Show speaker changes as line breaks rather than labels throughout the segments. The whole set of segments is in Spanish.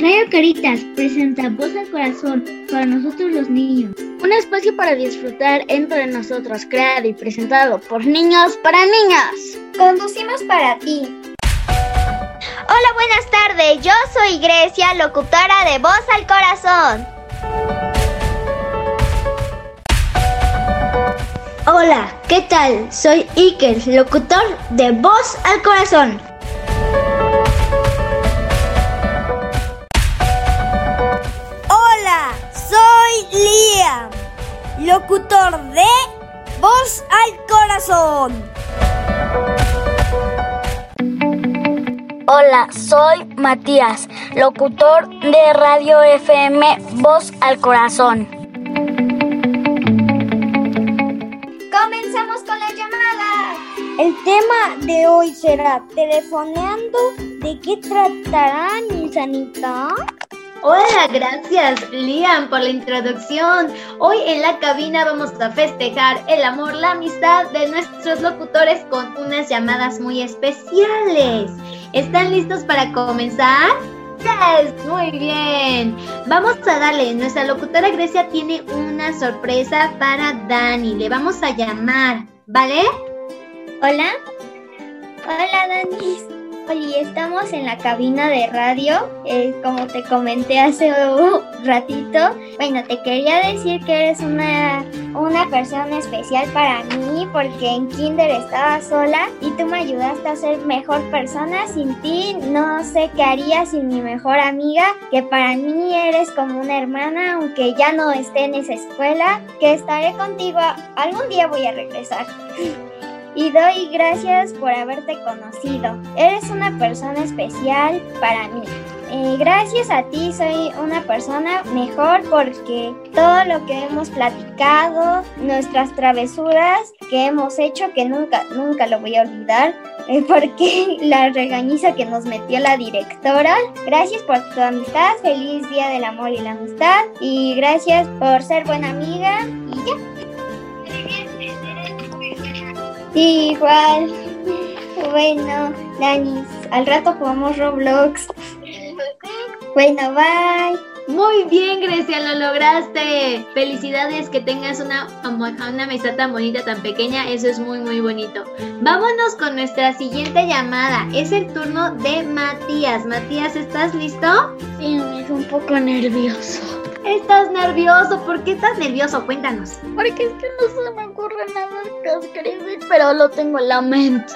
Radio Caritas presenta Voz al Corazón para nosotros los niños.
Un espacio para disfrutar entre nosotros, creado y presentado por niños para niñas.
Conducimos para ti.
Hola, buenas tardes. Yo soy Grecia, locutora de Voz al Corazón.
Hola, ¿qué tal? Soy Iker, locutor de Voz al Corazón.
locutor de Voz al Corazón.
Hola, soy Matías, locutor de Radio FM Voz al Corazón.
Comenzamos con la llamada.
El tema de hoy será Telefoneando, ¿de qué tratará Nisanita?
Hola, gracias Liam por la introducción. Hoy en la cabina vamos a festejar el amor, la amistad de nuestros locutores con unas llamadas muy especiales. ¿Están listos para comenzar? Yes, muy bien. Vamos a darle, nuestra locutora Grecia tiene una sorpresa para Dani. Le vamos a llamar, ¿vale?
Hola. Hola, Dani. Oli, estamos en la cabina de radio, eh, como te comenté hace un ratito. Bueno, te quería decir que eres una, una persona especial para mí porque en kinder estaba sola y tú me ayudaste a ser mejor persona. Sin ti no sé qué haría sin mi mejor amiga, que para mí eres como una hermana, aunque ya no esté en esa escuela, que estaré contigo. Algún día voy a regresar y doy gracias por haberte conocido. Eres una persona especial para mí. Eh, gracias a ti soy una persona mejor porque todo lo que hemos platicado, nuestras travesuras que hemos hecho, que nunca, nunca lo voy a olvidar, eh, porque la regañiza que nos metió la directora. Gracias por tu amistad, feliz día del amor y la amistad y gracias por ser buena amiga y ya. Sí, igual. Bueno, Dani, al rato jugamos Roblox. Bueno, bye.
Muy bien, Grecia, lo lograste. Felicidades que tengas una, una amistad tan bonita, tan pequeña. Eso es muy, muy bonito. Vámonos con nuestra siguiente llamada. Es el turno de Matías. Matías, ¿estás listo?
Sí, amigo, un poco nervioso.
Estás nervioso, ¿por qué estás nervioso? Cuéntanos.
Porque es que no se me ocurre nada cascaribe, pero lo tengo en la mente.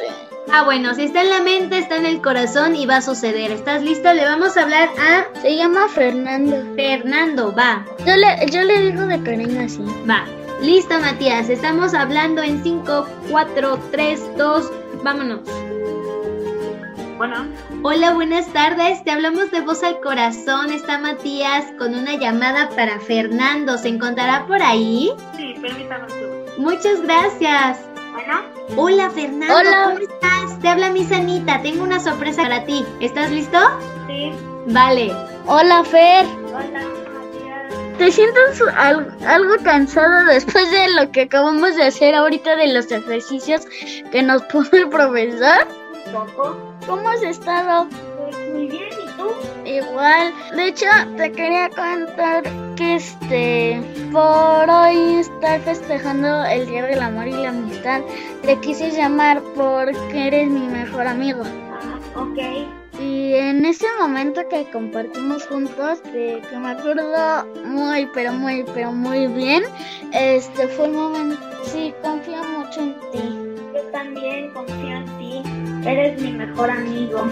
Ah, bueno, si está en la mente, está en el corazón y va a suceder. ¿Estás listo? Le vamos a hablar a.
Se llama Fernando.
Fernando, va.
Yo le, yo le digo de cariño así.
Va. Listo, Matías. Estamos hablando en 5, 4, 3, 2. Vámonos.
Bueno.
Hola, buenas tardes. Te hablamos de Voz al Corazón. Está Matías con una llamada para Fernando. ¿Se encontrará por ahí?
Sí, permítanos tú.
Muchas gracias.
Bueno.
Hola, Fernando. Hola. ¿Cómo estás? Te habla mi Sanita. Tengo una sorpresa para ti. ¿Estás listo?
Sí.
Vale.
Hola, Fer.
Hola. Matías.
¿Te sientes algo, algo cansado después de lo que acabamos de hacer ahorita de los ejercicios que nos puso el profesor?
Un poco.
¿Cómo has estado?
Pues muy bien, ¿y tú?
Igual. De hecho, te quería contar que este por hoy está festejando el Día del Amor y la Amistad. Te quise llamar porque eres mi mejor amigo.
Ah, ok.
Y en ese momento que compartimos juntos, que, que me acuerdo muy, pero muy, pero muy bien, este fue un momento, sí, confío mucho en ti.
Yo también confío en ti. Eres mi mejor amigo.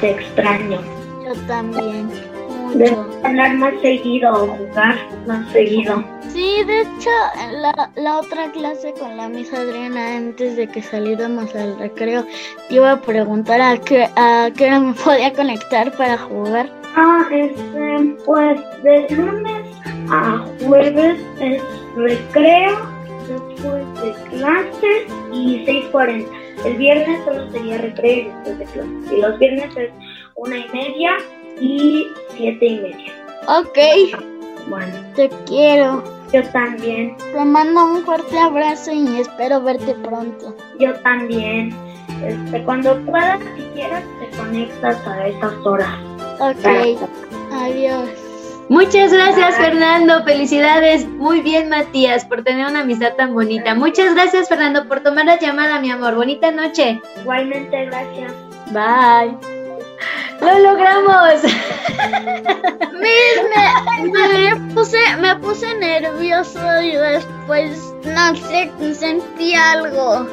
Te extraño.
Yo también. Mucho.
Debes hablar más seguido o jugar más seguido.
Sí, de hecho, la, la otra clase con la misa Adriana, antes de que saliéramos al recreo, te iba a preguntar a qué, a qué hora me podía conectar para jugar.
Ah, este, pues de lunes a jueves es recreo, después de clases y 6.40. El viernes solo sería recreo después de clase. Y los viernes es una y media y siete y media.
Ok.
Bueno.
Te quiero.
Yo también.
Te mando un fuerte abrazo y espero verte pronto.
Yo también. Este, cuando puedas, si quieras, te conectas a esas horas.
Ok. Gracias. Adiós.
Muchas gracias, Fernando. Felicidades. Muy bien, Matías, por tener una amistad tan bonita. Muchas gracias, Fernando, por tomar la llamada, mi amor. Bonita noche.
Igualmente, gracias.
Bye. ¡Lo logramos!
me, me, puse, me puse nervioso y después, no sé, sentí algo.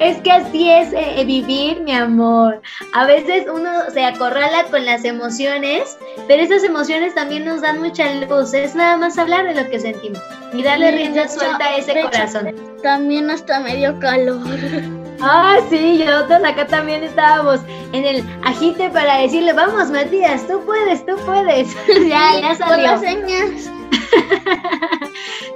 es que así es eh, vivir, mi amor. A veces uno se acorrala con las emociones, pero esas emociones también nos dan mucha luz. Es nada más hablar de lo que sentimos y darle sí, rienda hecho, suelta a ese corazón. Hecho,
también hasta medio calor.
Ah, sí, y nosotros acá también estábamos en el agite para decirle, vamos Matías, tú puedes, tú puedes. ya, ya salió.
Con las señas.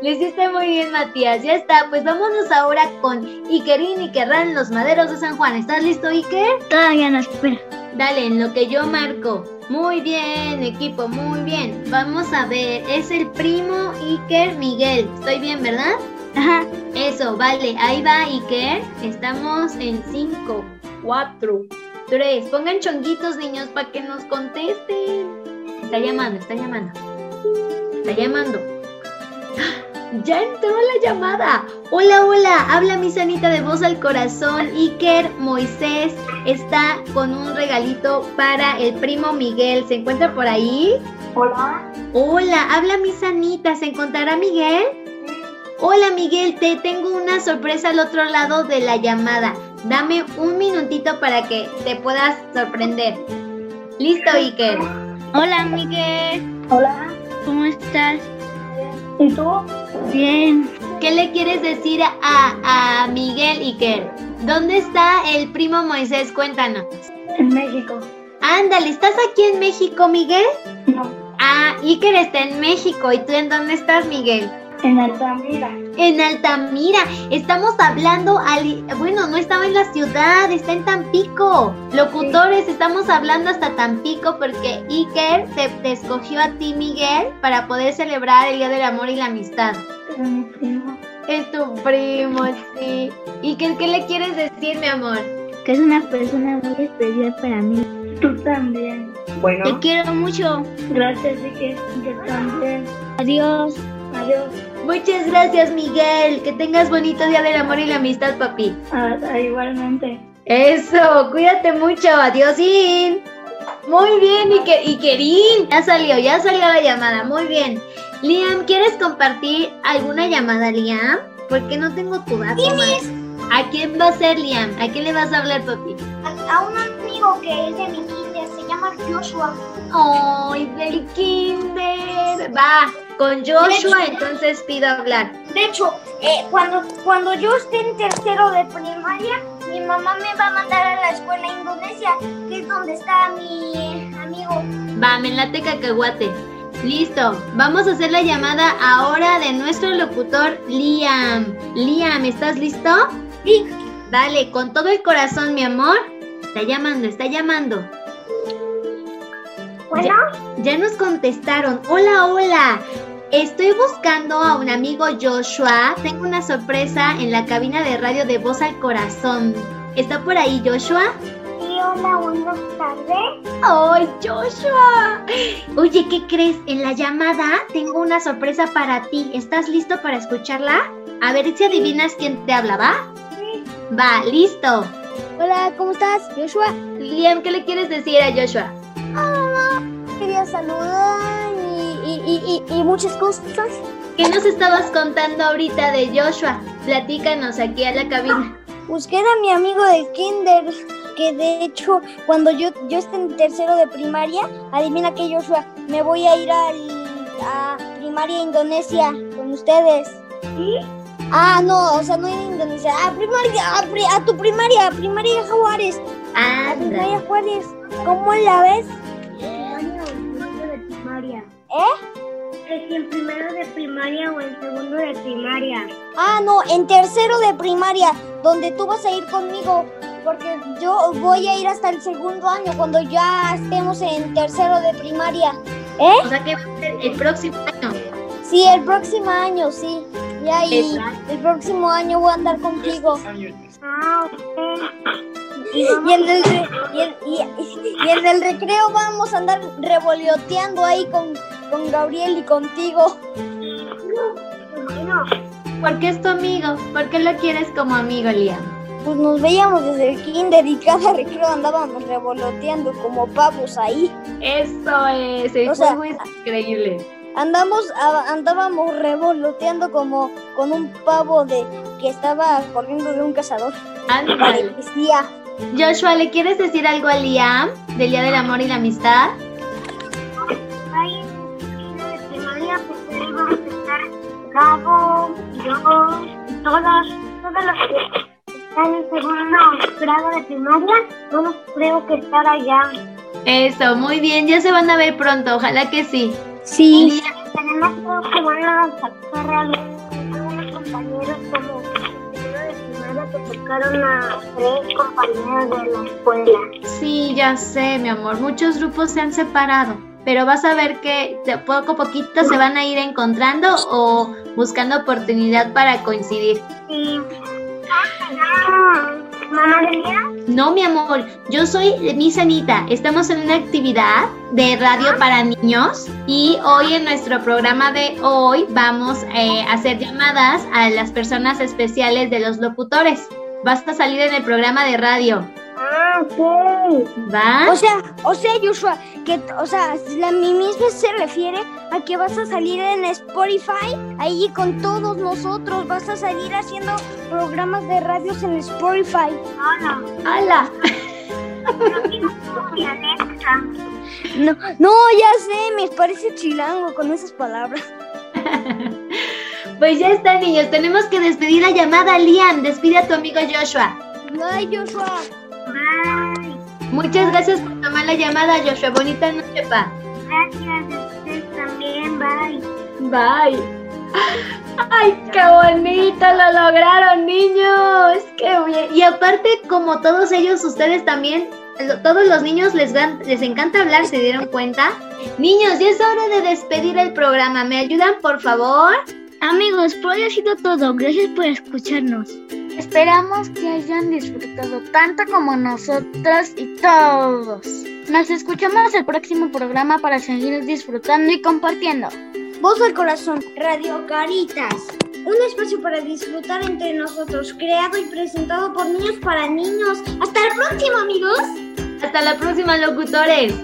Lo hiciste muy bien, Matías. Ya está, pues vámonos ahora con Ikerín y Querrán, los maderos de San Juan. ¿Estás listo, Iker?
Todavía no, espera.
Dale, en lo que yo marco. Muy bien, equipo, muy bien. Vamos a ver, es el primo Iker Miguel. Estoy bien, ¿verdad?
Ajá.
Eso, vale, ahí va Iker. Estamos en 5, 4, 3. Pongan chonguitos, niños, para que nos contesten. Está llamando, está llamando. Está llamando. Ya entró la llamada. Hola, hola. Habla mi sanita de voz al corazón. Iker Moisés está con un regalito para el primo Miguel. ¿Se encuentra por ahí?
Hola.
Hola, habla mi sanita. ¿Se encontrará Miguel? Sí. Hola Miguel, te tengo una sorpresa al otro lado de la llamada. Dame un minutito para que te puedas sorprender. Listo, Iker.
Hola Miguel.
Hola.
¿Cómo estás?
¿Y tú?
Bien.
¿Qué le quieres decir a, a Miguel Iker? ¿Dónde está el primo Moisés? Cuéntanos.
En México.
Ándale, ¿estás aquí en México, Miguel?
No.
Ah, Iker está en México. ¿Y tú en dónde estás, Miguel?
En Altamira.
En Altamira. Estamos hablando, al... bueno, no estaba en la ciudad, está en Tampico. Locutores, sí. estamos hablando hasta Tampico porque Iker te, te, escogió a ti, Miguel, para poder celebrar el Día del Amor y la Amistad.
Es mi primo.
Es tu primo, sí. Iker, ¿qué le quieres decir, mi amor?
Que es una persona muy especial para mí.
Tú también.
Bueno. Te quiero mucho.
Gracias, Iker. Yo también.
Adiós.
Adiós.
Muchas gracias, Miguel. Que tengas bonito día del amor y la amistad, papi.
Ah, ah, igualmente.
Eso, cuídate mucho. Adiósín. Muy bien, y, que, y querín. Ya salió, ya salió la llamada. Muy bien. Liam, ¿quieres compartir alguna llamada, Liam? Porque no tengo tu dato. ¿A quién va a ser, Liam? ¿A quién le vas a hablar, papi?
A, a un amigo que es de mi kinder, se llama Joshua.
¡Ay, del kinder! Va, con Joshua hecho, entonces pido hablar.
De hecho, eh, cuando, cuando yo esté en tercero de primaria, mi mamá me va a mandar a la escuela Indonesia, que es donde está mi amigo.
Va, me late cacahuate. Listo, vamos a hacer la llamada ahora de nuestro locutor Liam. Liam, ¿estás listo?
Sí.
Dale, con todo el corazón, mi amor. Está llamando, está llamando.
Bueno.
Ya, ya nos contestaron. Hola, hola. Estoy buscando a un amigo Joshua. Tengo una sorpresa en la cabina de radio de Voz al Corazón. ¿Está por ahí Joshua?
Sí, hola, buenas tardes.
¡Ay, Joshua! Oye, ¿qué crees? En la llamada tengo una sorpresa para ti. ¿Estás listo para escucharla? A ver si adivinas quién te habla, ¿va?
Sí.
Va, listo.
Hola, ¿cómo estás, Joshua?
Liam, ¿qué le quieres decir a Joshua?
Ah, quería saludar y, y, y, y, muchas cosas.
¿Qué nos estabas contando ahorita de Joshua? Platícanos aquí a la cabina.
Busqué a mi amigo del kinder, que de hecho cuando yo, yo esté en tercero de primaria, adivina que Joshua, me voy a ir al, a primaria Indonesia con ustedes.
¿Sí?
Ah, no, o sea, no ir a Indonesia, a primaria, a, pri, a tu primaria, a primaria Juárez.
Ah,
primaria Juárez. ¿Cómo la ves?
¿Eh? de primaria.
¿Eh?
¿Es en primero de primaria o en segundo de primaria?
Ah, no, en tercero de primaria, donde tú vas a ir conmigo, porque yo voy a ir hasta el segundo año, cuando ya estemos en tercero de primaria. ¿Eh?
O sea que va a ser el próximo año.
Sí, el próximo año, sí. Ya, y Exacto. el próximo año voy a andar contigo.
Ah, ok.
Y en, el, y Y, en, y- y en el recreo vamos a andar revoloteando ahí con, con Gabriel y contigo.
Porque es tu amigo. ¿Por qué lo quieres como amigo, Liam?
Pues nos veíamos desde el kinder y cada recreo andábamos revoloteando como pavos ahí.
Eso es, el
O sea,
juego es increíble.
Andamos, a- andábamos revoloteando como con un pavo de que estaba corriendo de un cazador.
Ándale.
Parecía.
Joshua, ¿le quieres decir algo a Liam del Día del Amor y la Amistad?
Ahí en la primaria, pues ahí vamos a estar Gabo, yo, y todos, todos los que están en segundo grado de primaria, todos creo que estar allá.
Eso, muy bien, ya se van a ver pronto, ojalá que sí.
Sí. Tenemos creo que van a sacar a algún- algunos compañeros como primero de primaria que sacaron a tres compañeros de la escuela.
Sí, ya sé, mi amor, muchos grupos se han separado, pero vas a ver que de poco a poquito se van a ir encontrando o buscando oportunidad para coincidir.
Sí. Ah, mamá de Lía.
No, mi amor, yo soy Miss Anita. Estamos en una actividad de radio para niños y hoy en nuestro programa de hoy vamos eh, a hacer llamadas a las personas especiales de los locutores. Vas a salir en el programa de radio.
Ah, ok.
¿Va?
O sea, o sea, Joshua, que, o sea, la misma se refiere a que vas a salir en Spotify, ahí con todos nosotros, vas a salir haciendo programas de radios en Spotify.
Hola.
¡Hala!
Mi Alexa.
No, no, ya sé, me parece chilango con esas palabras.
Pues ya está, niños. Tenemos que despedir la llamada, Liam. Despide a tu amigo Joshua.
Ay, Joshua.
Bye.
Muchas gracias por tomar la llamada, Joshua. Bonita noche, pa.
Gracias a ustedes también. Bye.
Bye. ¡Ay, qué bonito! ¡Lo lograron, niños! ¡Qué bien! Y aparte, como todos ellos, ustedes también, lo- todos los niños les, gan- les encanta hablar, ¿se dieron cuenta? Niños, ya es hora de despedir el programa. ¿Me ayudan, por favor?
Amigos, por hoy ha sido todo. Gracias por escucharnos.
Esperamos que hayan disfrutado tanto como nosotros y todos. Nos escuchamos el próximo programa para seguir disfrutando y compartiendo.
Voz al corazón, Radio Caritas. Un espacio para disfrutar entre nosotros, creado y presentado por niños para niños. Hasta el próximo, amigos.
Hasta la próxima, locutores.